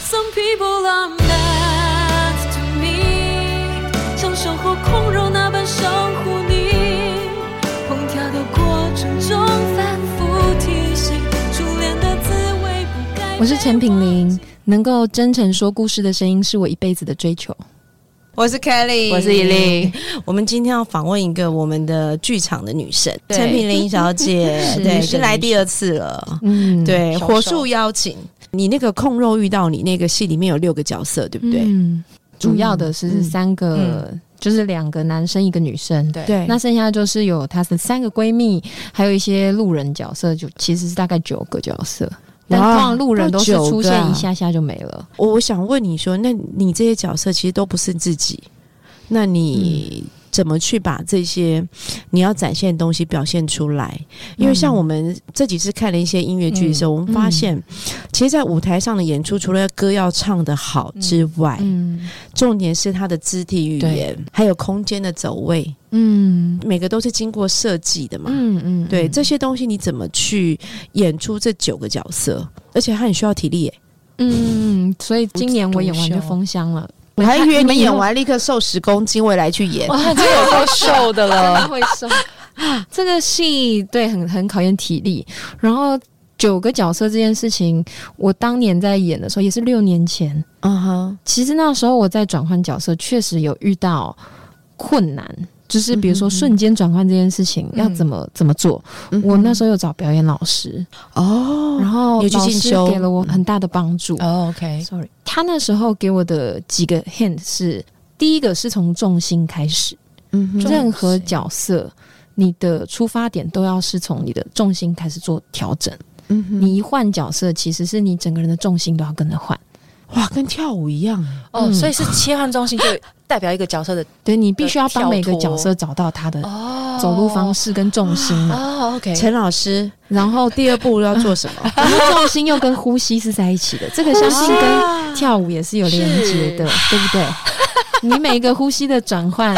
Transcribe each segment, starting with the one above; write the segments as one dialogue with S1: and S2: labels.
S1: Some people are mad to me，像生活空容那般守护你。烹调的过程中反复提醒，初恋的滋味不该。
S2: 我是陈品玲，能够真诚说故事的声音是我一辈子的追求。
S3: 我是 Kelly，
S4: 我是伊利，
S3: 我们今天要访问一个我们的剧场的女神
S4: 对
S3: 陈品玲小姐，
S2: 是
S3: 对，
S2: 女
S3: 已
S2: 神
S3: 经来第二次了。
S2: 嗯，
S3: 对，
S4: 小
S3: 火
S4: 手
S3: 速邀请你那个控肉遇到你那个戏里面有六个角色，对不对？
S2: 嗯，主要的是
S3: 嗯
S2: 三个，就是两个男生一个女生。
S5: 对
S3: 对，
S2: 那剩下就是有她的三个闺蜜，还有一些路人角色，就其实是大概九个角色。但
S3: 哇
S2: 通常路人都是
S3: 都九
S2: 出
S3: 个啊
S2: 现一下下就没了。
S3: 我我想问你说，那你这些角色其实都不是自己，那你
S2: 嗯
S3: 怎么去把这些你要展现的东西表现出来？因为
S2: 嗯
S3: 像我们这几次看了一些音乐剧的时候，我们发现，其实，在舞台上的演出，除了歌要唱得好之外，
S2: 嗯
S3: 重点是他的肢体语言，还有空间的走位，
S2: 嗯
S3: 每个都是经过设计的嘛。
S2: 嗯嗯，
S3: 对这些东西，你怎么去演出这九个角色？而且他很需要体力耶、
S2: 嗯，所以今年我演完就封箱了。
S3: 我还以为你演
S2: 完。
S3: 完立刻瘦十公斤，我也来去演。
S2: 哇，这
S4: 有够瘦的
S2: 真的
S4: 了。
S2: 会瘦。 这个戏对很很考验体力，然后九个角色这件事情，我当年在演的时候也是六年前。
S3: 嗯哼，
S2: 其实那时候我在转换角色，确实有遇到困难，就是比如说
S3: 嗯哼
S2: 瞬间转换这件事情、
S5: 嗯
S2: 要怎么怎么做。我那时候有找表演老师，
S3: 候嗯哦，
S2: 然后
S3: 你去
S2: 老
S3: 进
S2: 师
S3: 修嗯
S2: 给了我很大的帮助。
S5: 哦，OK，
S2: Sorry，他那时候给我的几个 hint 是，第一个是从重心开始。
S3: 嗯哼
S5: 重
S2: 任何
S5: 心
S2: 角色，你的出发点都要是从你的重心开始做调整。
S3: 嗯哼
S2: 你一换角色，其实是你整个人的重心都要跟着换。
S3: 哇，跟跳舞一样，
S4: 哦，
S2: 嗯
S4: 所以是切换中心就代表一个角色的
S2: 对你必须要帮每
S4: 跳
S2: 个
S4: 脱
S2: 角色找到他 的
S4: 哦
S2: 走路方式跟重心嘛，
S4: 哦，OK，
S3: 陈老师
S2: 然 后
S3: 第二步要做什么？
S2: 然后重心又跟呼吸是在一起的，这个相信跟跳舞也是有连接的，对不对？你每一个呼吸的转换，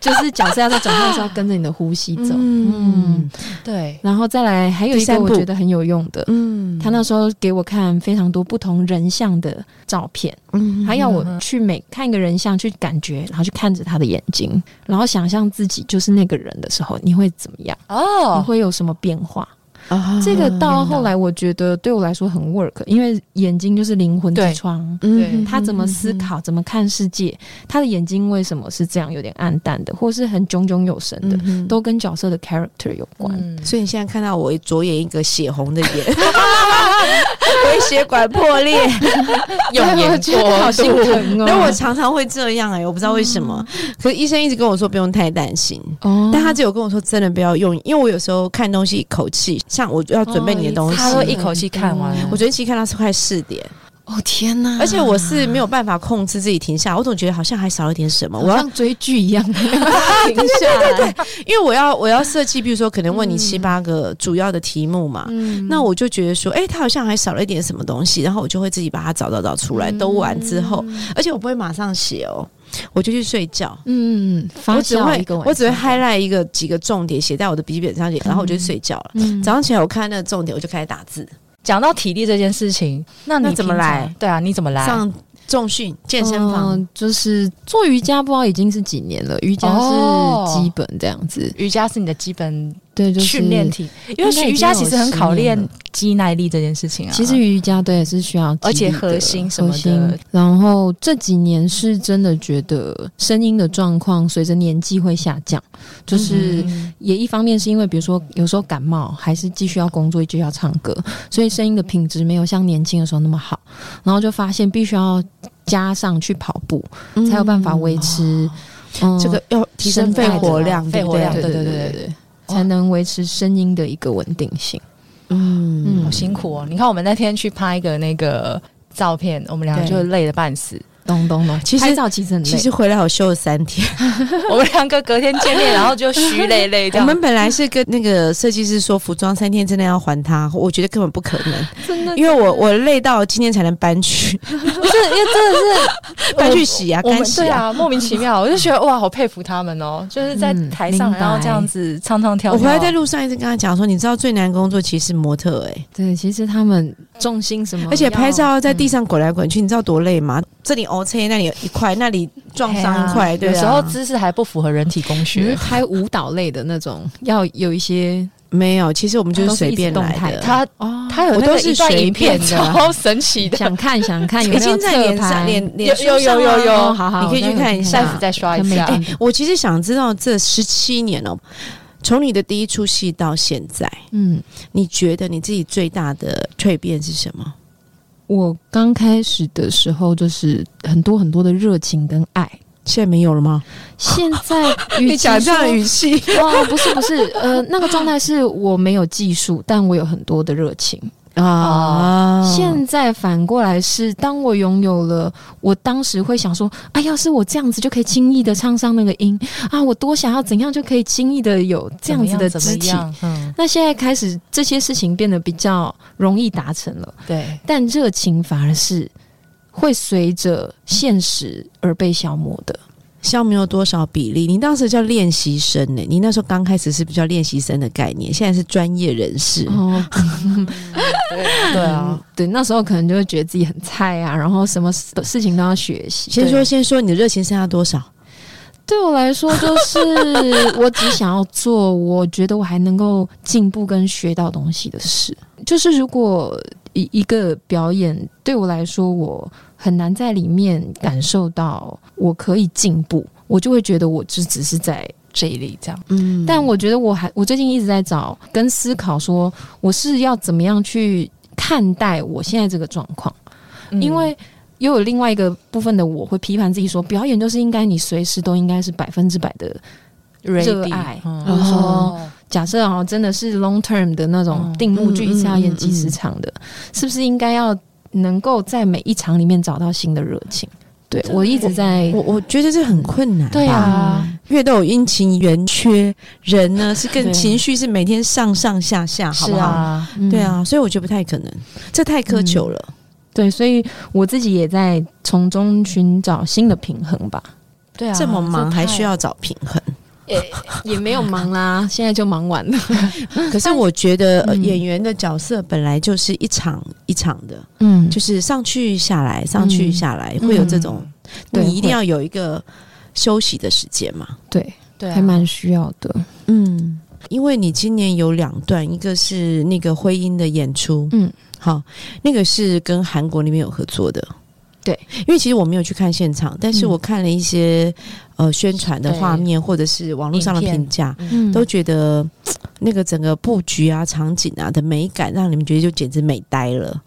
S2: 就是角色要在转换的时候跟着你的呼吸 走。
S3: 嗯
S2: 嗯，
S4: 对，
S2: 然后再来还有
S3: 第
S2: 一
S3: 三
S2: 个我
S3: 步
S2: 觉得很有用的，
S3: 嗯
S2: 他那时候给我看非常多不同人像的照片，
S3: 嗯
S2: 还要我去每看一个人像去感觉，然后去看着他的眼睛，然后想象自己就是那个人的时候，你会怎么样？你
S4: 哦，
S2: 会有什么变化？
S3: 啊
S2: 这个到后来我觉得对我来说很 work，因为眼睛就是灵魂之窗。
S3: 嗯
S2: 他怎么思考，怎么看世界，他的眼睛为什么是这样有点暗淡的，或是很炯炯有神的，
S3: 嗯
S2: 都跟角色的 character 有关。
S4: 嗯
S3: 所以你现在看到我左眼一个血红的 眼，微血管破 裂，
S4: 用
S2: 我
S4: 眼
S2: 觉得好
S4: 过
S2: 心
S4: 度，
S2: 疼哦。
S3: 那我常常会这样哎、我不知道为什么。可是医生一直跟我说不用太担心，
S2: 哦，
S3: 但他只有跟我说真的不要用，因为我有时候看东西一口气，像我要准备你的东西，嗯
S4: 他哦都一口气看完
S3: 我昨天其实看到是快四点。
S2: 哦天哪！
S3: 而且我是没有办法控制自己停下，我总觉得好像还少了点什么。我
S2: 我
S3: 要
S2: 像追 剧一样停下来。
S3: 因为我要我要设计，比如说可能问你七八个主要的题目嘛，
S2: 嗯
S3: 那我就觉得说，哎、它好像还少了一点什么东西，然后我就会自己把它找找找出
S2: 嗯
S3: 来。都完之后，而且我不会马上写哦，我就去睡觉。
S2: 嗯，
S3: 我
S2: 发
S3: 只
S2: 酵
S3: 会
S2: 一个晚上，
S3: 我只会 highlight 一个几个重点写在我的笔记本上，然后我就去睡觉了。
S2: 嗯
S3: 早上起来我看那个重点，我就开始打字，
S4: 讲到体力这件事情，那
S3: 那
S4: 你
S3: 怎么
S4: 平常
S3: 来？
S4: 对啊，你怎么来？
S3: 上重训健身房。
S2: 嗯就是做瑜伽，不知道已经是几年了。瑜伽
S4: 哦
S2: 是基本这样子，
S4: 瑜伽是你的基本
S2: 对，就是
S4: 训练。体，因为
S2: 应该已经
S4: 瑜伽其实很考
S2: 有十
S4: 验
S2: 年
S4: 肌耐力这件事情啊。
S2: 其实瑜伽对是需要肌力的，
S4: 而且核心什么的
S2: 核心然后这几年是真的觉得声音的状况随着年纪会下降，就是
S4: 嗯
S2: 也一方面是因为，比如说有时候感冒，还是继续要工作，继续要唱歌，所以声音的品质没有像年轻的时候那么好。然后就发现必须要加上去跑步，嗯
S3: 嗯
S2: 才有办法维持、嗯
S3: 这个要提升肺活量，
S4: 肺活量
S3: 对不对
S2: 对对
S4: 对
S2: 对
S4: 对
S2: 对才能维持声音的一个稳定性。
S3: 嗯
S4: 好辛苦哦！你看我们那天去拍一个那个照片，我们两个
S3: 对
S4: 就累得半死。
S2: 懂懂懂。
S3: 其实
S2: 拍照其实很累，
S3: 其实回来我休了三天。
S4: 我们两个隔天见面，然后就徐累 累这
S3: 我
S4: 样。
S3: 们本来是跟那个设计师说，服装三天真的要还他，我觉得根本不可能，
S2: 真的
S3: 因为我我累到今天才能搬 去，
S4: 不是，因为真 的是
S3: 搬去洗啊，
S4: 我们
S3: 干洗
S4: 对
S3: 啊。
S4: 啊，莫名其 妙，我就觉得哇，好佩服他们哦，就是在
S2: 嗯
S4: 台上
S2: 明白
S4: 然后这样子唱唱跳
S3: 我
S4: 跳。
S3: 回来在路上一直跟他讲说，你知道最难工作其实是模特哎、
S2: 对，其实他们重心什么，
S3: 而且拍照在地
S2: 上，
S3: 上滚来滚去，你知道多累吗？这里凹车，那里有一块，那里撞伤一
S5: 哎
S3: 块，对
S4: 有时候
S3: 啊
S4: 姿势还不符合人体工
S2: 嗯只是
S4: 学。
S2: 拍舞蹈类的那种，要有一些
S3: 没有。其实我们就是
S2: 都是
S3: 随
S2: 一直
S3: 便
S2: 动
S3: 来
S2: 态
S3: 的。
S4: 他
S2: 哦，
S4: 他有
S3: 我
S4: 那
S3: 都
S4: 个
S3: 是
S4: 一段
S3: 随
S4: 影片，
S3: 便的
S4: 超神奇的。
S2: 想看想看有
S3: 已
S2: 没有
S3: 经哎在
S2: 侧
S3: 脸上
S2: 拍。
S3: 脸脸
S4: 有有
S3: 书上
S4: 有
S3: 啊
S4: 有有
S2: 哦，好好，
S3: 你可以去看一下
S4: 大
S3: 大
S4: 夫
S3: 夫
S4: 再刷
S2: 一
S4: 一
S2: 下
S4: 下，
S2: 哎
S3: 我其实想知道这十七年哦，从你的第一出戏到现在，
S2: 嗯，
S3: 你觉得你自己最大的蜕变是什么？
S2: 我刚开始的时候就是很多很多的热情跟爱，
S3: 现在没有了吗？
S2: 现 在与
S3: 你
S2: 其
S3: 讲这样的
S2: 说
S3: 语气，
S2: 哇，不是不是，呃，那个状态是我没有技术，但我有很多的热情。
S3: 啊
S4: 嗯
S2: 现在反过来是，当我拥有了，我当时会想说，啊，要是我这样子就可以轻易的唱上那个音啊，我多想要怎样就可以轻易的有这样子的
S4: 怎么
S2: 肢体。
S4: 样，怎么样嗯，
S2: 那现在开始，这些事情变得比较容易达成了，
S4: 对，
S2: 但热情反而是会随着现实而被消磨的。
S3: 消没有多少比例？你当时叫练习生呢、你那时候刚开始是比较练习生的概念，现在是专业人士。
S2: 哦，
S3: 嗯
S4: 对啊，
S2: 嗯对，那时候可能就会觉得自己很菜啊，然后什么事事情都要学习。
S3: 先说先说你的热情剩下多少？
S2: 对我来说，就是 我只想要做我觉得我还能够进步跟学到东西的事。就是如果一一个表演对我来说，我很难在里面感受到我可以进步，我就会觉得我就只是在
S4: 这一类这样，
S3: 嗯，
S2: 但我觉得我还我最近一直在找跟思考说，我是要怎么样去看待我现在这个状况，
S4: 嗯
S2: 因为。又有另外一个部分的我会批判自己说，表演就是应该你随时都应该是百分之百的。
S3: 啊
S2: 热爱
S4: 嗯
S2: 然后假设哦，真的是 long term 的那种
S4: 嗯
S2: 定目剧，
S3: 嗯嗯
S2: 一次要演
S3: 嗯
S2: 几十
S3: 嗯
S2: 场的，是不是应该要能够在每一场里面找到新的热情？对我一直在
S3: 我我觉得这很困难。
S2: 对啊，
S3: 越都有阴晴圆缺，人呢是
S2: 对
S3: 更情绪是每天上上下下，好
S4: 是
S3: 不好？
S4: 啊，
S2: 嗯
S3: 对啊，所以我觉得不太可能，这太苛求了。
S2: 对，所以我自己也在从中寻找新的平衡吧。
S4: 对啊，
S3: 这么忙还需
S4: 要
S3: 要找平衡。
S2: 也没有忙啦， 现在就忙完了。
S3: 可是我觉得、呃
S2: 嗯
S3: 演员的角色本来就是一场一场的，
S2: 嗯， 就
S3: 就是上去下来，上去下来，
S2: 嗯
S3: 会有这种，
S2: 对
S3: 你一定要有一个休息的时间嘛。
S2: 对，
S4: 对啊
S2: 还蛮需要的。
S3: 嗯，因为你今年有两段，一个是那个婚姻的演出，
S2: 嗯，
S3: 好，那个是跟韩国那边有合作的。
S2: 对，
S3: 因为其实我没有去看现场，但是
S2: 嗯
S3: 我看了一些、呃宣传的
S4: 对
S3: 画面，或者是网络上的
S4: 影片
S3: 评价，
S2: 嗯
S3: 都觉得嘖那个整个布局啊、场景啊的美感，让你们觉得就简直美呆 了。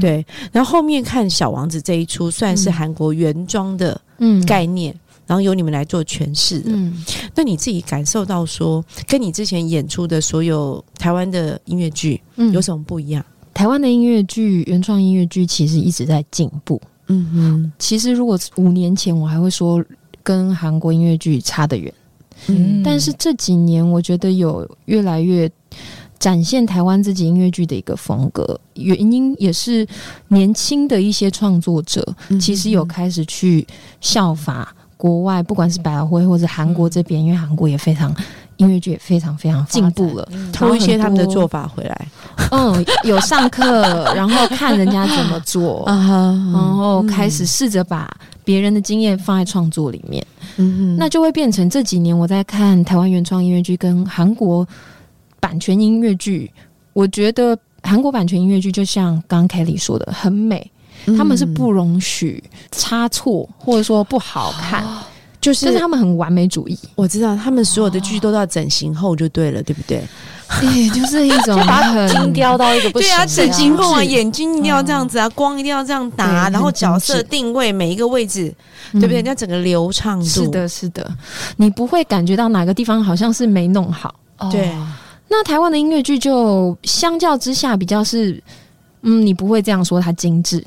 S3: 对，然后后面看《小王子》这一出，算是
S2: 嗯
S3: 韩国原装的
S2: 嗯
S3: 概念，然后由你们来做诠释的。
S2: 嗯
S3: 那你自己感受到说，跟你之前演出的所有台湾的音乐剧
S2: 嗯
S3: 有什么不一样？
S2: 台湾的音乐剧，原创音乐剧其实一直在进步。
S3: 嗯哼，
S2: 其实如果五年前，我还会说跟韩国音乐剧差得远，
S4: 嗯
S2: 但是这几年我觉得有越来越。展现台湾自己音乐剧的一个风格，原因也是年轻的一些创作者，
S3: 嗯
S2: 其实有开始去效法国外，不管是百老汇或者韩国这边，因为韩国也非常音乐剧也非常非常进步了。
S3: 偷一些他们的做
S2: 做，
S3: 法回来
S2: 嗯，有上课，然后看人家怎 么做，
S3: 嗯
S2: 嗯
S3: 啊
S2: 然
S3: 哈，
S2: 后开始试着把别人的经验放在创作里面，
S3: 嗯哼
S2: 那就会变成这几年我在看台湾原创音乐剧跟韩国版权音乐剧，我觉得韩国版权音乐剧就像刚刚 Kelly 说的，很美，他们是
S3: 嗯
S2: 不容许差错或者说不好看，
S3: 就
S2: 就是哦是他们很完美主义，
S3: 我知道他们所有的剧都到整形后就对了，对不对？
S2: 对，就是一 种很
S4: 精雕到一个不行，
S3: 啊，眼睛一定要这样子啊，光一定要这样打啊，
S2: 对
S3: 然后
S2: 很精
S3: 角色
S2: 致
S3: 定位每一个位置，
S2: 嗯
S3: 对不对？那整个流畅度
S2: 是，的，是的，你不会感觉到哪个地方好像是没弄好。
S5: 哦
S3: 对，
S2: 那台湾的音乐剧就相较之下比较是，嗯，你不会这样说它精致，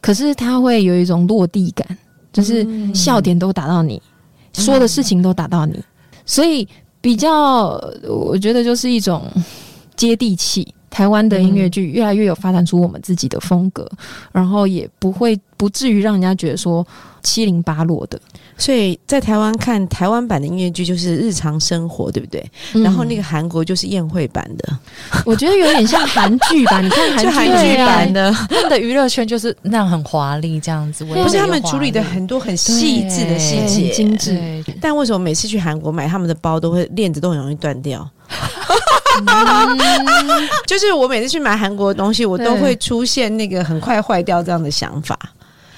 S2: 可是它会有一种落地感，就是笑点都打到你，说的事情都打
S3: 嗯
S2: 到你，所以比较我觉得就是一种接地气。台湾的音乐剧越来越有发展出我们自己的风格，然后也不会不至于让人家觉得说七零八落的。
S3: 所以在台湾看台湾版的音乐剧就是日常生活，对不对？然后那个韩国就是宴会版的，
S2: 我觉得有点像韩剧吧，你看韩
S3: 就韩
S2: 剧
S3: 剧
S2: 对啊
S3: 版的，
S5: 他们的娱乐圈就是那样很华丽这样子，不
S3: 不是他们处理的很多很细致的细
S2: 对
S3: 节
S2: 很，精致
S5: 对，
S3: 但为什么每次去韩国买他们的包都会链子都很容易断掉？
S2: 嗯
S3: 就是我每次去买韩国东西，我都
S2: 对
S3: 会出现那个很快坏掉这样的想法。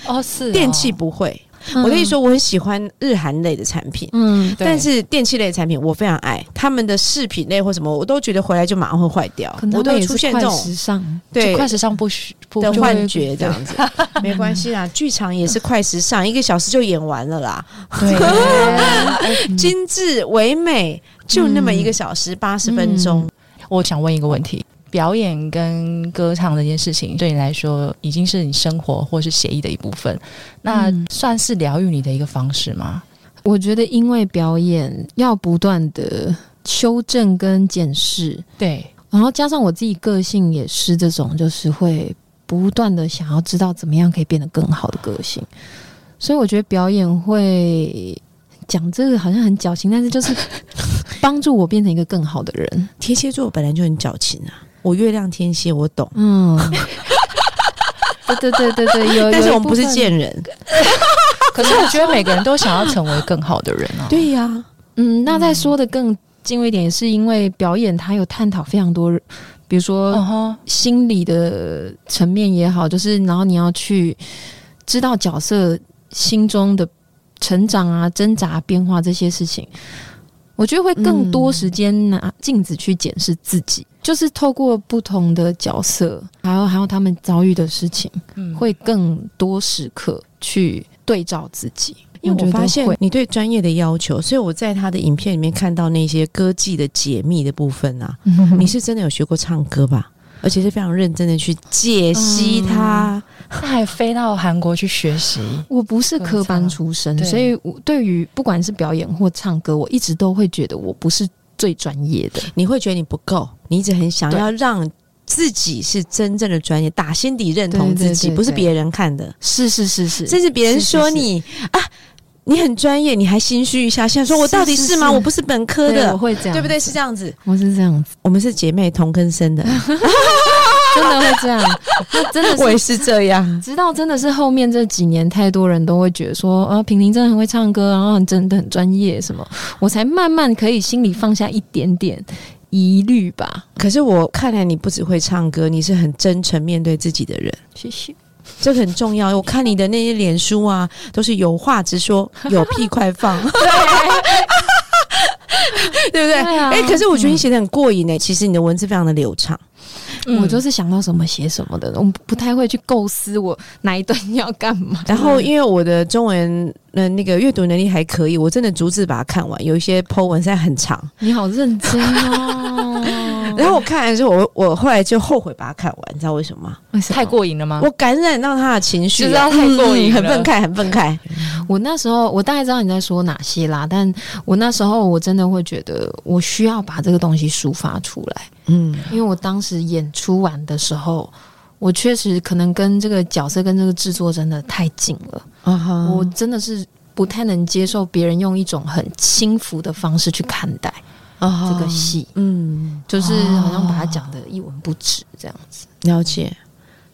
S5: 哦是哦
S3: 电器不会，我跟你，说，我很喜欢日韩类的产品，
S2: 嗯，
S5: 对
S3: 但是电器类的产品我非常爱，他们的饰品类或什么，我都觉得回来就马上会坏掉
S2: 可，能
S3: 我都
S2: 会
S3: 啊有出现这
S2: 快
S3: 种
S2: 时尚，
S3: 对
S5: 就快时尚不许不
S3: 的
S5: 就
S3: 幻觉这 样子。没关系啦，剧场也是快时尚，一个小时就演完了啦。
S2: 对，
S3: 精致唯美，就那么一
S2: 嗯
S3: 个小时八十分钟，
S5: 我想问一个问题：表演跟歌唱这件事情，对你来说已经是你生活或是写意的一部分，那
S2: 嗯
S5: 算是疗愈你的一个方式吗？
S2: 我觉得因为表演要不断的修正跟检视，
S5: 对，
S2: 然后加上我自己个性也是这种，就是会不断的想要知道怎么样可以变得更好的个性，所以我觉得表演会。讲这个好像很矫情，但是 就是帮助我变成一个更好的人。
S3: 天蝎座本来就很矫情啊，我月亮天蝎，我懂。
S2: 嗯， 对对对对对，有。
S3: 但是
S2: 呃有一
S3: 我们不是
S2: 部分
S3: 贱人，
S5: 可是我觉得每个人都想要成为更好的人 啊。
S3: 对呀、
S2: 嗯，那再说的更精微一点，是因为表演它有探讨非常多，比如说
S3: 哦
S5: 嗯哼，
S2: 心理的层面也好，就是然后你要去知道角色心中的成长啊、挣扎、变化这些事情。我觉得会更多时间拿镜子去检视自己，就是透过不同的角色，还有还有他们遭遇的事情，
S5: 嗯
S2: 会更多时刻去对照自己。
S3: 嗯因为
S2: 觉
S3: 我
S2: 得
S3: 发现
S2: 会
S3: 你对专业的要求，所以我在他的影片里面看到那些歌技的解密的部分
S2: 嗯
S3: 啊，你是真的有学过唱歌吧？而且是非常认真的去解析
S2: 嗯
S3: 它，
S5: 那还飞到韩国去学习，
S2: 我不是科班出身，
S5: 对
S2: 所以我对于不管是表演或唱歌，我一直都会觉得我不是最专业的。
S3: 你会觉得你不够，你一直很想
S2: 对
S3: 要让自己是真正的专业，打心底认同
S2: 对对
S3: 自己，
S2: 对
S3: 不是
S2: 对
S3: 别人看的。
S2: 是是是是，
S3: 这是别人
S2: 是是
S3: 说
S2: 是
S3: 你啊，你很专业，你还心虚一下，现在说我
S2: 是
S3: 到底
S2: 是
S3: 是吗？
S2: 是
S3: 我不是本科
S2: 对我
S3: 的，
S2: 会这样，
S3: 对不对？？是这样子，
S2: 我是这样子，
S3: 我们是姐妹同根生 的，
S2: 真的会这样，那真的是
S3: 我也是这样。
S2: 直到真的是后面这几年，太多人都会觉得说，啊，平平真的很会唱歌，然后很真的很专业什么，我才慢慢可以心里放下一点点疑虑吧。
S3: 可是我看来你不只会唱歌，你是很真诚面对自己的人，
S2: 谢谢。
S3: 这个很重要。我看你的那些脸书啊，都是有话直说，有屁快放，对不对？
S2: 对啊
S3: 哎、可是我觉得你写的很过瘾呢、其实你的文字非常的流畅，
S5: 嗯
S2: 我就是想到什么写什么的，我不太会去构思我哪一段要干嘛。
S3: 然后因为我的中文呃那个阅读能力还可以，我真的逐字把它看完。有一些 Po 文现在很长，。
S2: 你好认真哦
S3: 然后我看完之后，我我后来就后悔把它看完，你知道为什么吗？
S2: 为什么
S5: 太过瘾了吗
S3: 我？感染到他的情绪
S5: 就
S3: 了，
S5: 是他太过瘾
S3: 很
S5: 了
S3: 愤慨，很愤慨。
S2: 我那时候我大概知道你在说哪些啦，但我那时候我真的会觉得我需要把这个东西抒发出来，
S3: 嗯，
S2: 因为我当时演出完的时候，我确实可能跟这个角色跟这个制作真的太近了，
S3: 啊哈，
S2: 我真的是。不太能接受别人用一种很轻浮的方式去看待
S3: 啊
S2: 这
S3: 哈
S2: 个，戏，
S3: 嗯，
S2: 就是好像把它讲的一文不值这样子。
S3: 了解。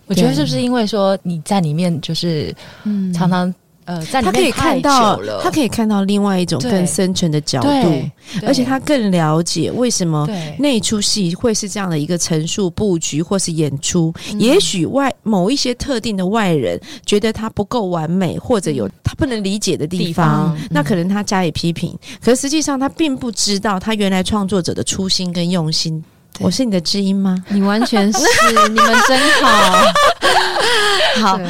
S5: 我觉得是不是因为说你在里面就是
S2: 嗯
S5: 常常呃在里
S3: 他可以
S5: 面太久
S3: 看到，
S5: 了，
S3: 他可以看到另外一种
S5: 对
S3: 更深沉的角度
S5: 对，，
S3: 而且他更了解为什么
S5: 对
S3: 那一出戏会是这样的一个陈述布局或是演出。
S5: 嗯
S3: 也许外某一些特定的外人觉得他不够完美，或者有他不能理解的
S5: 嗯
S3: 地
S5: 地
S3: 方，
S5: 方嗯
S3: 那可能他加以批评。可实际上他并不知道他原来创作者的初心跟用心。
S2: 对
S3: 我是你的知音吗？
S2: 你完全是，你们真 好。
S3: 好
S2: 对，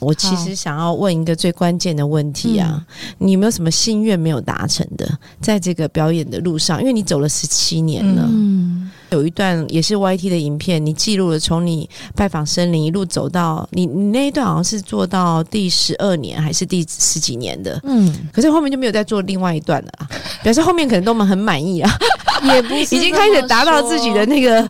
S3: 我其实想要问一个最关键的问题啊，
S2: 嗯
S3: 你有没有什么心愿没有达成的？在这个表演的路上，因为你走了十七年了，
S2: 嗯，
S3: 有一段也是 YT 的影片，你记录了从你拜访森林一路走到你，你那一段好像是做到第十二年还是第十几年的，
S2: 嗯，
S3: 可是后面就没有再做另外一段了、啊，表示后面可能都们很满意啊，
S2: 也不是
S3: 已经开始达到自己的那个。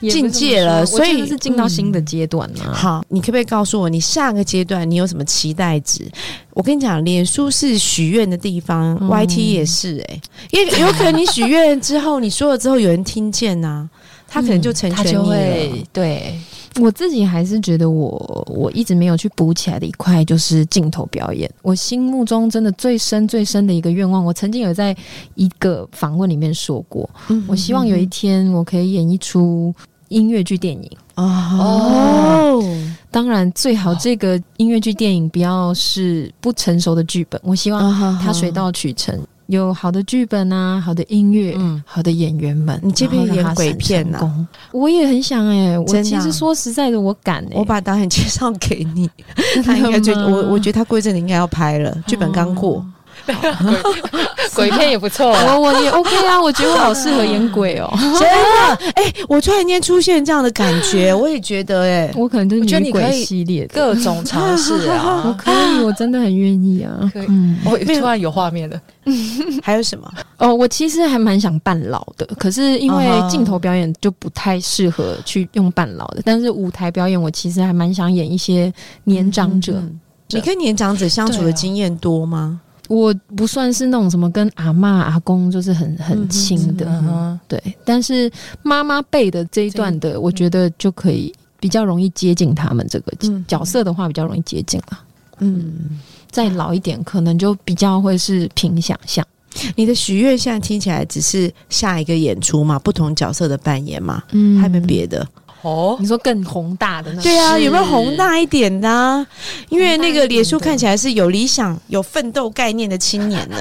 S2: 也不是这
S3: 境
S2: 么
S3: 界了
S2: 说我
S3: 所以
S2: 觉得是进到新的阶段了、
S3: 好，你可不可以告诉我，你下个阶段你有什么期待值？我跟你讲，脸书是许愿的地方、
S2: 嗯
S3: y t 也是哎、因为有可能你许愿之后，你说了之后有人听见呐、他可能就成
S5: 他
S3: 全
S5: 就
S3: 你了。
S5: 会对
S2: 我自己还是觉得我我一直没有去补起来的一块就是镜头表演。我心目中真的最深最深的一个愿望，我曾经有在一个访问里面说过，
S3: 嗯
S2: 我希望有一天我可以演一出音乐剧电影。
S3: 哦，
S2: 当然，最好这个音乐剧电影不要是不成熟的剧本，我
S3: 哦
S2: 希望它
S3: 他
S2: 水到渠成，有好的剧本啊，好的音乐，
S3: 嗯，
S2: 好的演员们，
S3: 你这边
S2: 然后让
S3: 演
S2: 它
S3: 鬼
S2: 闪
S3: 片啊
S2: 成功我也很想哎、我
S3: 真的
S2: 其
S3: 啊
S2: 实说实在的，我敢哎、
S3: 我把导演介绍给 你，他应该最
S2: 真的吗哦
S3: 我我觉得他过一阵子应该要拍了，剧本刚过。
S5: 鬼片也不错啊、
S2: 我我也 OK 啊，我觉得我好适合演 鬼哦，
S3: 真的，哎、我突然间出现这样的感 觉，我也觉得、哎，
S2: 我可能就
S5: 我觉
S2: 是
S5: 得
S2: 女
S5: 你可以
S2: 鬼系列的，
S5: 各种尝试
S2: 我
S5: 啊。
S2: 可以，我真的很愿意啊
S5: 可以。
S2: 嗯，
S5: 我突然有画面了，
S3: 还有什么？
S2: 哦，我其实还蛮想扮老的，可是因
S3: 啊哈
S2: 为镜头表演就不太适合去用扮老的，但是舞台表演我其实还蛮想演一些年长者。
S3: 嗯你跟年长者相处的
S5: 对啊
S3: 经验多吗？
S2: 我不算是那种什么跟阿嬷阿公就是很
S3: 嗯哼
S2: 很亲的，
S5: 嗯哼，
S2: 对，但是妈妈辈的这一段的，我觉得就可以比较容易接近他们这个
S3: 嗯
S2: 角色的话，比较容易接近啦。
S3: 嗯，
S2: 再老一点，可能就比较会是凭想象。
S3: 你的许愿现在听起来只是下一个演出嘛，不同角色的扮演嘛，
S2: 嗯
S3: 还没。别的。
S5: 哦，
S2: 你说更宏大的那种，
S3: 对啊，有没有宏大一点的、啊？因为那个脸书看起来是有理想、有奋斗概念的青年呢。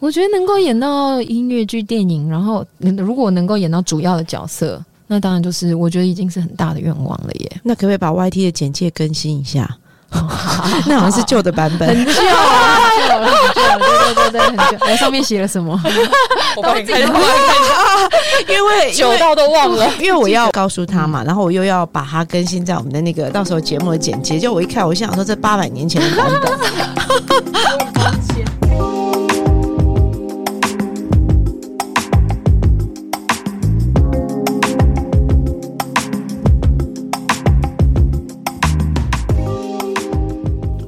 S2: 我觉得能够演到音乐剧、电影，然后嗯如果能够演到主要的角色，那当然就是我觉得已经是很大的愿望了耶。
S3: 那可不可以把 YT 的简介更新一 下？那好像是旧的版本。
S2: 很久了，很久了，对对对对，很久。我上面写了什么？
S5: 我帮你看一下，
S3: 因为
S5: 久到都忘了。
S3: 因为我要嗯告诉他嘛，然后我又要把它更新在我们的那个到时候节目的简介。就我一看，我心想说这八百年前的版本。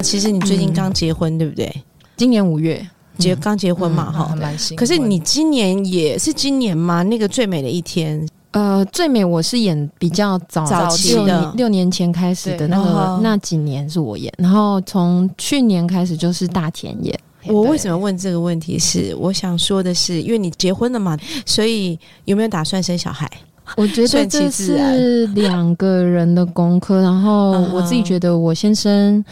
S3: 其实你最近刚结婚，对不对？
S2: 今年五月，
S3: 结刚结婚嘛，哈、
S5: 还蛮新。
S3: 可是你今年也是今年吗？那个最美的一天，
S2: 呃，最美我是演比较早
S3: 早期
S2: 六
S3: 的
S2: 年六年前开始的
S5: 对
S2: 那
S3: 然
S2: 个
S3: 后
S2: 那几年是我演，然后从去年开始就是大田演。
S3: 我为什么问这个问题是？我想说的是，因为你结婚了嘛，所以有没有打算生小孩？
S2: 我觉得
S3: 顺其
S2: 这
S3: 自然
S2: 是两个人的功课，然后
S3: 嗯哼
S2: 我自己觉得我先生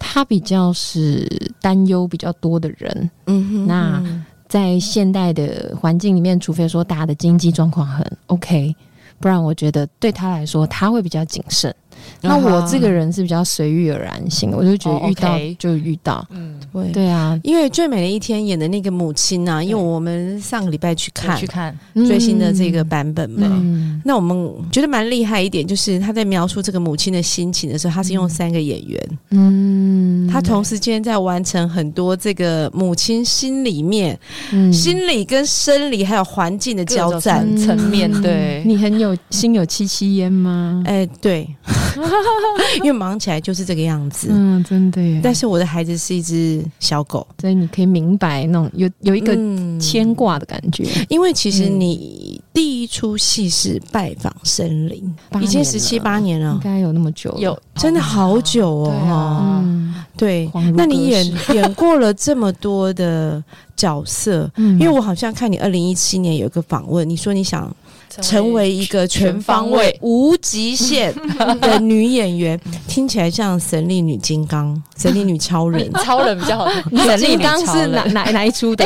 S2: 他比较是担忧比较多的人，
S3: 嗯哼
S2: 那在现代的环境里面，除非说大家的经济状况很 OK，不然我觉得对他来说他会比较谨慎。
S3: 嗯
S2: 那我这个人是比较随遇而安型的，我就觉
S5: 哦
S2: 得遇到
S5: ，OK
S2: 就遇到。
S5: 嗯，
S3: 对。
S2: 对啊，
S3: 因为最美的一天演的那个母亲啊，因为我们上个礼拜去
S5: 我
S3: 看
S5: 去看，
S3: 最新的这个版本嘛，
S2: 嗯，
S3: 那我们觉得蛮厉害一点，就是他在描述这个母亲的心情的时候，他是用三个演员，
S2: 嗯，
S3: 他同时间在完成很多这个母亲心里面、
S2: 嗯
S3: 心理跟生理还有环境的交战。
S5: 各种层面对，
S2: 嗯 你很有心有戚戚焉吗？
S3: 哎， 对，因为忙起来就是这个样子。
S2: 嗯，真的耶。
S3: 但是我的孩子是一只小狗，
S2: 所以你可以明白那种有有一个嗯
S3: 嗯
S2: 牵挂的感觉。
S3: 因为其实你第一出戏是拜访森林，
S2: 八
S3: 已
S2: 年
S3: 经十七
S2: 了嗯
S3: 八年了
S2: 应，该有那么久了，
S5: 有
S3: 真的好久哦。
S5: 对啊
S2: 嗯，
S3: 对
S2: 恍如
S3: 那你
S2: 隔
S3: 演
S2: 世
S3: 演过了这么多的角色，因
S2: 因
S3: 为我好像看你二零一七年有一个访问，你说你想成为一个全方
S5: 全
S3: 位
S5: 方、。
S3: 无极限 的女演员， 听起来像神力女金刚、神力女超 人
S5: 超人比较好看，神力
S2: 金
S5: 女
S2: 刚
S5: 超
S2: 是
S5: 人
S2: 哪哪哪一出 的？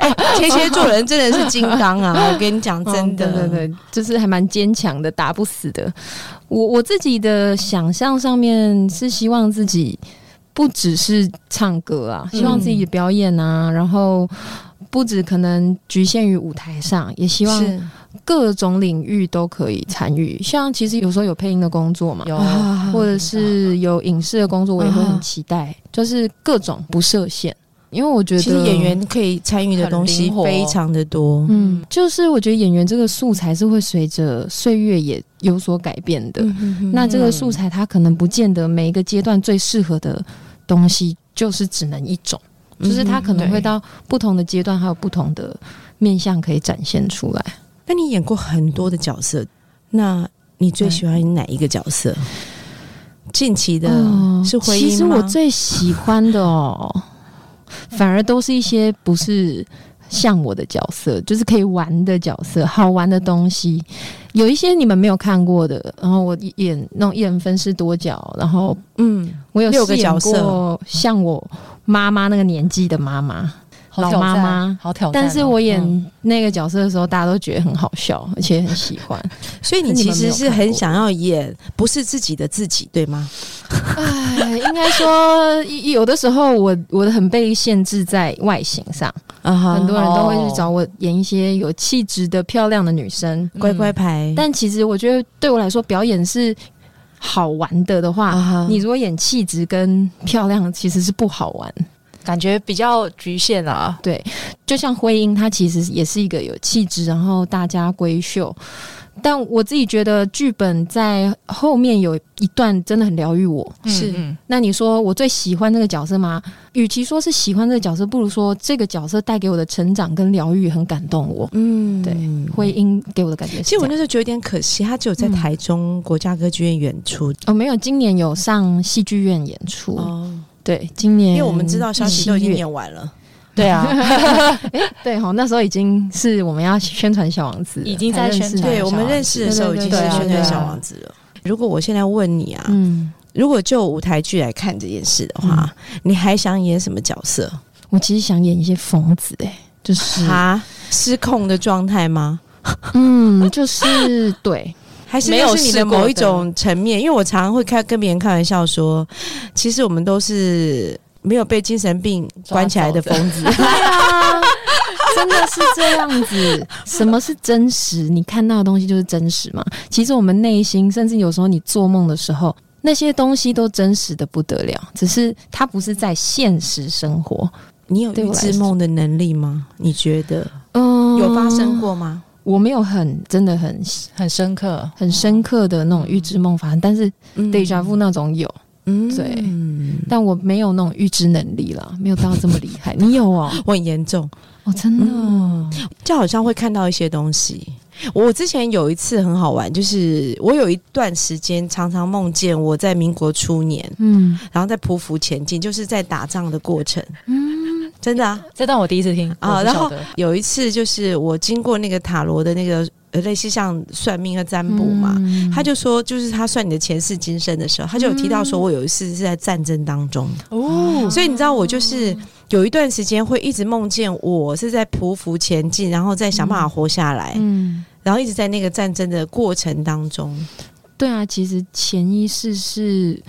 S3: 哎，天蝎座人真的是金刚啊！我跟你讲，真的，
S2: 哦对对对，就是还蛮坚强的，打不死的。我我自己的想象上面是希望自
S3: 嗯
S2: 己不只是唱歌啊，希望自己的表演啊，然后不止可能局限于舞台上，也希望
S3: 是
S2: 各种领域都可以参与。像其实有时候有配音的工作嘛，
S5: 有
S3: 啊
S2: 或者是有影视的工作，我也会
S3: 啊
S2: 很期待，就是各种不设限，因为我觉得
S3: 其实演。员可以参与的东
S5: 很
S3: 西
S5: 灵活
S3: 非常的多。
S2: 嗯，就是我觉得演员这个素材是会随着岁月也有所改变
S3: 嗯
S2: 的。那这个素材它可能不见得每一个阶段最适合的东西就是只能一种，
S3: 嗯
S2: 就是它可能会
S5: 对
S2: 到不同的阶段还有不同的面向可以展现出来。
S3: 那你演过很多的角色，那你最喜欢哪一个角色？近期的
S2: 哦
S3: 是回
S2: 其
S3: 应
S2: 实
S3: 吗
S2: 我最喜欢的哦， 反而都是一些不是像我的角色，就是可以玩的角色，好玩的东西。有一些你们没有看过的，然后我演那种一人分饰多角，然后
S3: 嗯，
S2: 我有
S3: 六个
S2: 饰演
S3: 角色
S2: 过像我妈妈那个年纪的妈妈，
S5: 好
S2: 老
S5: 挑
S2: 妈
S5: 战啊
S2: 妈
S5: 好挑战哦。
S2: 但是我
S5: 嗯
S2: 演那个角色的时候，大家都觉得很好笑，而且很喜 欢。
S3: 所以你
S2: 那你
S3: 其
S2: 们没
S3: 实是
S2: 有看
S3: 很
S2: 过
S3: 想要演不是自己的自己，对吗？
S2: 哎，应该说有的时候我我很被限制在外形上，
S3: 啊哈
S2: 很多人都会
S5: 哦
S2: 去找我演一些有气质的漂亮的女生，
S3: 乖乖牌，
S5: 嗯
S2: 但其实我觉得对我来说，表演是好玩的的话，
S5: 嗯
S3: 哈
S2: 你如果演气质跟漂亮，其实是不好玩。
S5: 感觉比较局限啊啦。
S2: 对，就像徽英，她其实也是一个有气质，然后大家闺秀。但我自己觉得剧本在后面有一段真的很疗愈我，
S3: 是
S5: 嗯
S2: 那你说我最喜欢这个角色吗？与其说是喜欢这个角色，不如说这个角色带给我的成长跟疗愈很感动我。
S3: 嗯
S2: 对。徽音给我的感觉是
S3: 其实我
S2: 这样
S3: 那时候觉得有点可惜，他只有在
S2: 嗯
S3: 台中国家歌剧院演出
S2: 哦，没有，今年有上戏剧院演出。
S3: 哦，
S2: 对，今年
S3: 因为我们知道消息都已经
S2: 七月
S3: 演完了，
S5: 对啊，
S2: 对哈，那时候已经是我们要宣传小王子了，
S5: 已经在
S2: 才认识
S5: 宣传
S3: 对
S5: 小
S3: 我们
S5: 王
S3: 认识的时候已
S2: 对
S3: 经
S2: 对
S3: 是
S5: 对对
S3: 宣传
S5: 啊
S3: 小王子了。如果我现在问你啊，
S2: 嗯，
S3: 如果就舞台剧来看这件事的话，你还想演什么角色？
S2: 我其实想演一些疯子、欸，就是，
S3: 啊，失控的状态吗？
S2: 嗯，就是对，
S3: 还是
S5: 没有
S3: 那是你
S5: 试
S3: 的
S5: 过
S3: 某一
S5: 的
S3: 种层面？因为我常常会开跟别人开玩笑说，其实我们都是没有被精神病关起来的
S5: 抓
S3: 疯 子。
S2: 对啊，真的是这样子。什么是真实？你看到的东西就是真实嘛。其实我们内心，甚至有时候你做梦的时候，那些东西都真实的不得了，只是它不是在现实生活。
S3: 你有
S2: 对
S3: 预
S2: 我来
S3: 知
S2: 说
S3: 梦的能力吗？你觉得
S2: 嗯
S3: 有发生？过吗？
S2: 我没有很真的很
S5: 很深刻。
S2: 很深刻的那种预知梦发生，但是
S3: 嗯
S2: deja vu 那种有，
S3: 嗯
S2: 对但我没有那种预知能力啦，没有到这么厉 害。你有哦？
S3: 我很严重，
S2: 哦，真的哦、
S3: 就好像会看到一些东西。我之前有一次很好玩，就是我有一段时间常常梦见我在民国初年，
S2: 嗯
S3: 然后在匍匐前进，就是在打仗的过程。
S2: 嗯
S3: 真的啊，
S5: 这段我第一次听
S3: 啊
S5: 我不
S3: 然
S5: 晓
S3: 后
S5: 得
S3: 有一次就是我经过那个塔罗的那个呃类似像算命和占卜嘛，
S2: 嗯
S3: 他就说就是他算你的前世今生的时候，他就有提到说我有一次是在战争当中，
S5: 哦，
S3: 所以你知道我就是有一段时间会一直梦见我是在匍匐前进，然后再想办法活下来，
S2: 嗯。
S3: 然后一直在那个战争的过程当中，
S2: 对啊，其实潜意识是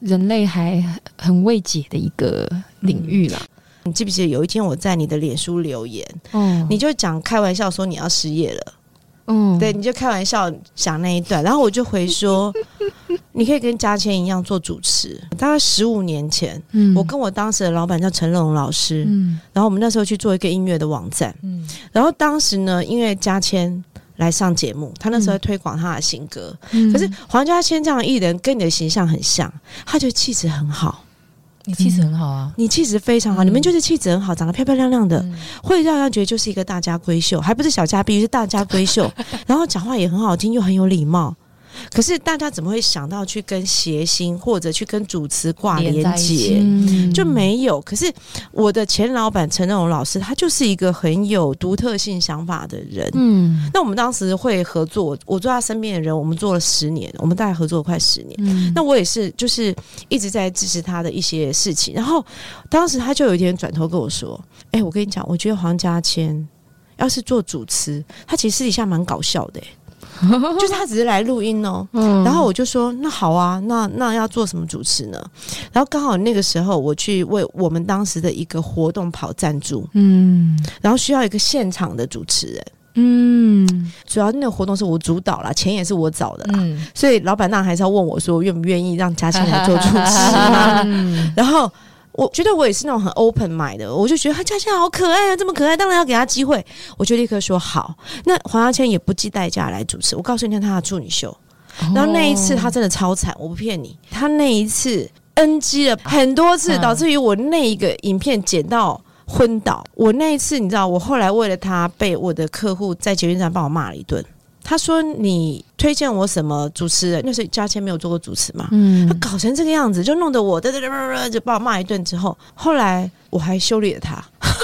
S2: 人类还很未解的一个领域啦。
S3: 你记不记得有一天我在你的脸书留言，
S2: 哦
S3: 你就讲开玩笑说你要失业了。
S2: 嗯
S3: 对，，你就开玩笑讲那一段，然后我就回 说，你可以跟嘉谦一样做主持。大概十五年前，
S2: 嗯
S3: 我跟我当时的老板叫陈龙老师，
S2: 嗯
S3: 然后我们那时候去做一个音乐的网站，
S5: 嗯，
S3: 然后当时呢，因为嘉谦来上节目，他那时候在
S2: 嗯
S3: 推广他的新歌，
S2: 嗯
S3: 可是黄嘉千这样的艺人跟你的形象很像，他觉得气质很好，
S5: 你气质很好啊，
S3: 你气质非常好，你们就是气质很好，长得漂漂亮亮的，
S5: 嗯
S3: 会让人觉得就是一个大家闺秀，还不是小家碧玉，是大家闺秀。 然后讲话也很好听，又很有礼貌。可是大家怎么会想到去跟谐星或者去跟主持挂
S5: 连
S3: 连
S5: 在一
S3: 接？
S5: 起
S2: 嗯
S3: 就没有。可是我的前老板陈荣老师，他就是一个很有独特性想法的人。
S2: 嗯
S3: 那我们当时会合作，我我做他身边的人，我们做了十年，我们大概合作了快十年。
S2: 嗯
S3: 那我也是，就是一直在支持他的一些事情。然后当时他就有一天转头跟我说：“哎、我跟你讲，我觉得黄家千要是做主持，他其实私底下蛮搞笑的、欸就是他只是来录音哦。
S2: 嗯
S3: 然后我就说那好啊，那那要做什么主持呢？然后刚好那个时候我去为我们当时的一个活动跑赞助，
S2: 嗯
S3: 然后需要一个现场的主持人，
S2: 嗯，
S3: 主要那个活动是我主导啦，钱也是我找的啦，
S5: 嗯，
S3: 所以老板那还是要问我说愿不愿意让嘉欣来做主持嘛。然后我觉得我也是那种很 open 买的，我就觉得他嘉欣好可爱啊，这么可爱，当然要给他机会，我就立刻说好。那黄嘉千也不计代价来主持，我告诉你看他的处女秀，然后那一次他真的超惨，我不骗你，他那一次 NG 了很多次，
S5: 嗯
S3: 导致于我那一个影片剪到。昏倒！我那一次，你知道，我后来为了他被我的客户在捷运站把我骂了一顿。他说：“你推荐我什么主持人？那时候嘉谦没有做过主持嘛，
S2: 嗯
S3: 他搞成这个样子，就弄得我哒哒哒哒哒就把我骂一顿之后，后来我还修理了他，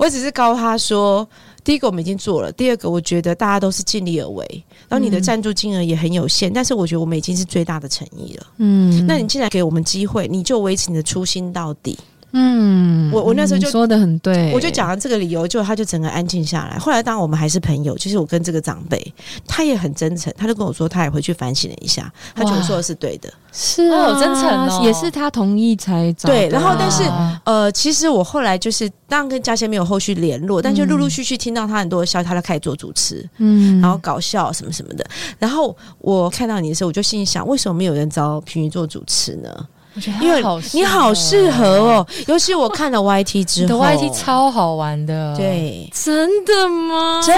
S3: 我只是告诉他说。第一个我们已经做了，第二个我觉得大家都是尽力而为，然后你的
S2: 嗯
S3: 赞助金额也很有限，但是我觉得我们已经是最大的诚意了。
S2: 嗯
S3: 那你既然给我们机会，你就维持你的初心到底。
S2: 嗯
S3: 我我那时候就
S2: 你说的很对，
S3: 我就讲了这个理由，就他就整个安静下来。后来当然我们还是朋友，就是我跟这个长辈，他也很真诚，他就跟我说他也回去反省了一下，他觉得我说的是对的。
S2: 是啊，
S5: 哦真诚哦
S2: 也是他同意才找的啊
S3: 对然后但是呃，其实我后来就是当然跟嘉贤没有后续联络，但就陆陆续续听到他很多的消息，他就开始做主持，
S2: 嗯
S3: 然后搞笑什么什么的。然后我看到你的时候，我就心里想，为什么没有人找平鱼做主持呢？
S5: 嗯我觉得
S3: 因为
S5: 好啊
S3: 你好适合哦，尤其我看了 YT 之
S5: 你的
S3: 后
S5: YT 超好玩的，，
S3: 对。
S4: 真的吗？
S3: 真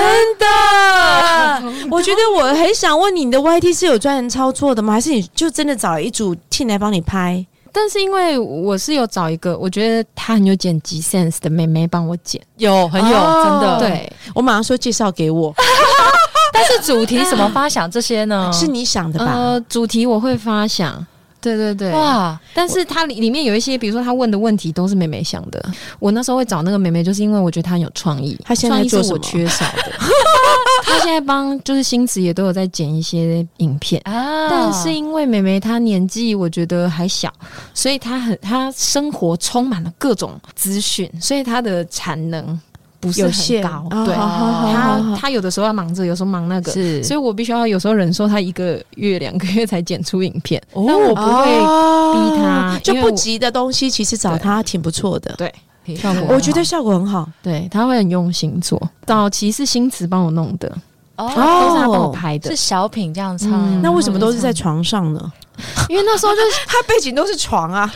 S3: 的，我觉得我很想问你，你的 YT 是有专人操作的吗？还是你就真的找了一组 team 来帮你拍？
S2: 但是因为我是有找一个，我觉得她很有剪辑 sense 的妹妹帮我剪，
S5: 有很有
S3: 哦
S5: 真的，
S2: 对，
S3: 我马上说介绍给我，
S5: 但是主题怎么发想这些呢？
S3: 是你想的吧？
S2: 呃，主题我会发想，对对对，
S5: 哇，
S2: 但是它里里面有一些，比如说他问的问题都是美美想的。我那时候会找那个美美，就是因为我觉得她很有创意，
S3: 她现在
S2: 创意是
S3: 做什么
S2: 我缺少的。 她现在帮就是星驰也都有在剪一些影片。
S5: 啊
S2: 但是因为美美她年纪我觉得还小，所以她很她生活充满了各种资讯，所以她的产能不是
S3: 有限
S2: 很高。
S3: 哦
S2: 对，
S3: 好好好好好
S2: 她她有的时候要忙这，有时候忙那个，
S5: 是
S2: 所以我必须要有时候忍受她一个月两个月才剪出影片，
S3: 哦
S2: 但我不会
S3: 啊会
S2: 逼他
S3: 哦就
S2: 因为
S3: 不
S2: 我
S3: 急的东西，其实找他挺不错的。
S2: 对嗯
S5: 以
S2: 效果
S3: 我觉得效果很好，
S2: 对，他会很用心做。早期是新词帮我弄的，
S5: 哦，
S2: 都是他帮我
S3: 哦，
S2: 拍的
S5: 是，小品这样唱
S2: 嗯，
S3: 那为什么都是在床上呢？
S2: 因为 那时候就是
S3: 他背景都是床啊，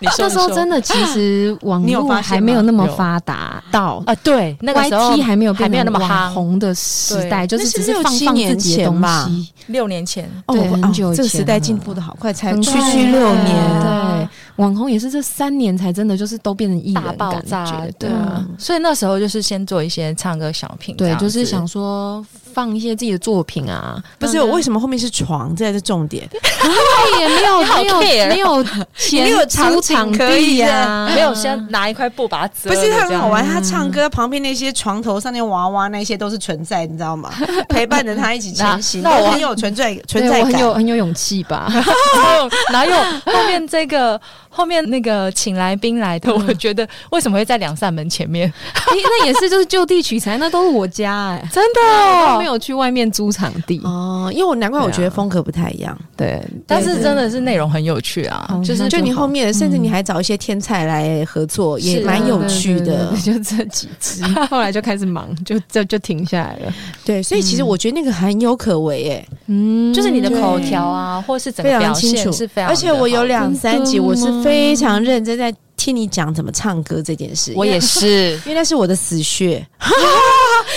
S5: 你说
S2: 那时候
S5: 你说
S2: 真的，其 实网
S3: 你有
S2: 络
S3: 发现吗
S2: 还没有那么发达到。
S5: 啊，对，那个时候
S2: YT 还没有
S5: 还没有那么
S2: 变成网
S5: 夯
S2: 红的时代，就是只
S3: 那是六
S2: 放
S3: 七
S2: 放自
S3: 年
S2: 己的
S3: 前
S2: 东
S3: 吧
S2: 西，
S5: 六年前，
S3: 哦
S2: 对
S3: 我
S2: 很
S3: 哦
S2: 久以
S3: 这个时
S2: 前
S3: 代
S2: 了
S3: 进步的好快，才
S2: 很
S3: 区
S2: 快
S3: 区六
S5: 啊
S3: 年。
S2: 对，网红也是这三年才真的就是都变成艺
S5: 大
S2: 人
S5: 爆
S2: 感
S5: 炸
S2: 觉，
S5: 对
S2: 对啊。
S5: 所以那时候就是先做一些唱歌小品这
S2: 对，
S5: 样子，
S2: 就是想说放一些自己的作品 啊，
S3: 不是
S2: 让大家
S3: 为什么后面是床，这才是重点。
S2: 对哎也没有
S5: 好
S2: 没有
S5: care 哦
S2: 没有钱
S3: 没有场
S2: 租
S3: 景
S2: 场
S3: 可以
S2: 地啊
S3: 的
S2: 呀，
S5: 没有先拿一块布把它遮了
S3: 不
S5: 这
S3: 是
S5: 样，
S3: 他很好玩，他唱
S2: 嗯
S3: 歌旁边那些床头上那娃娃那些都是存在，你知道 吗？陪伴着他一起前行，
S5: 那那我
S3: 很有存在存
S2: 对
S3: 在
S2: 我很有
S3: 感。
S2: 嗯很有勇气吧？
S5: 哪有 哪有后面这个后面那个请来宾来的，我觉得为什么会在两扇门前面？
S2: 诶那也是就是就地取材，那都是我家哎、
S5: 真的
S2: 我都
S5: 哦
S2: 没，有去外面租场地。
S3: 哦，因为我难怪我觉
S2: 对
S3: 得
S2: 啊
S3: 风格不太一样，
S2: 对，
S5: 但是真的是内容很有趣啊
S2: 嗯，
S5: 就是
S2: 那
S3: 就
S2: 就
S3: 你
S2: 好嗯
S3: 后面的，甚至你还找一些天才来合作，也
S5: 是
S3: 蛮有趣
S2: 啊对
S3: 的
S2: 对。对对就这几 只，后来就开始忙，就就就停下来了。
S3: 对，所以其实我觉得那个很有可为，哎，
S2: 嗯
S5: 就是你的
S3: 对
S5: 口条啊，或是整
S3: 非
S5: 个表
S3: 常清楚
S5: 现是非常的好，
S3: 而且我有两三集，
S2: 真的
S3: 我是
S2: 吗
S3: 非常认真在听你讲怎么唱歌这件事。。
S5: 我也是
S3: 因为那是我的死穴，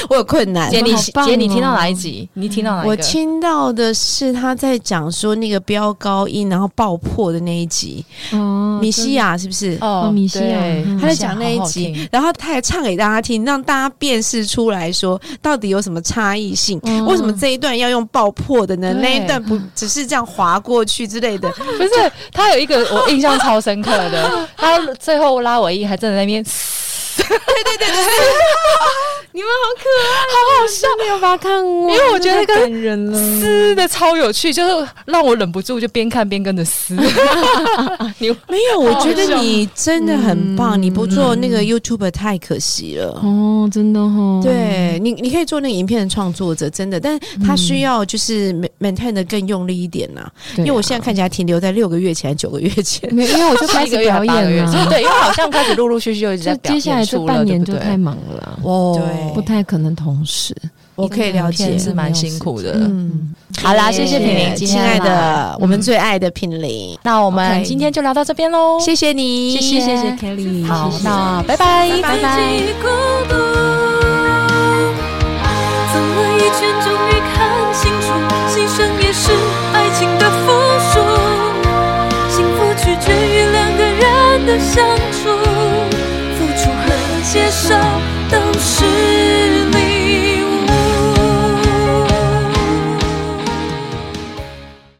S3: 我有困难。
S5: 姐，你
S2: 好棒哦
S5: 姐，你听到哪一集？你听到哪一个？
S3: 我听到的是他在讲说那个飙高音然后爆破的那一集，
S2: 哦
S3: 米西亚是不是？
S5: 哦
S2: 哦米西亚
S5: 对
S2: 嗯
S3: 他在讲那一
S5: 好好
S3: 集，
S5: 听
S3: 然后他还唱给大家听，让大家辨识出来说到底有什么差异性，
S2: 嗯
S3: 为什么这一段要用爆破的呢？
S2: 对
S3: 那一段 不只是这样划过去之类的，
S5: 不是他有一个我印象超深刻 的，他最后拉我一还站在那边，
S3: 对对对对，
S4: 你们好可爱，
S2: 好笑，没有把它看完，
S5: 因为我觉得那
S2: 太
S5: 个
S2: 感人了。
S5: 撕的超有趣，就是让我忍不住就边看边跟着撕。你
S3: 没有，我觉
S5: 好
S3: 得
S5: 笑
S3: 你真的很棒，你不做那个 YouTube 太可惜了。
S2: 哦，真的哦，，
S3: 对你，你可以做那个影片的创作者，真的，但他需要就是 ma- maintain 的更用力一点呐、因为我现在看起来停留在六个月前、九个月前。
S2: 没有，因为我就开
S5: 开
S2: 始
S5: 始
S2: 表演了，
S5: 对，因为好像开始陆陆续续就一直
S2: 就
S5: 在表
S2: 接下来
S5: 演
S2: 这
S5: 出了，
S2: 半
S5: 对
S2: 年
S5: 不
S2: 就
S5: 对？
S2: 太忙了，啊
S3: 哦
S5: 对
S2: 不太可能同时。
S3: 我可以了解
S5: 片。是蛮辛苦的。
S3: 嗯，
S5: 好啦，谢谢
S3: 谢
S5: 品
S3: 谢
S5: 玲，今
S3: 亲
S5: 天
S3: 爱
S5: 来嗯
S3: 的，我们最爱的品玲，
S5: 那我们
S3: OK
S5: 今天就聊到这边喽，
S3: 谢谢你，
S5: 谢谢谢谢
S2: Kelly，
S5: 好
S2: 谢，谢
S5: 那拜拜，
S1: 自己孤独。走了一圈，终于看清楚，牺牲也是爱情的附属。幸福取决于两个人的相处，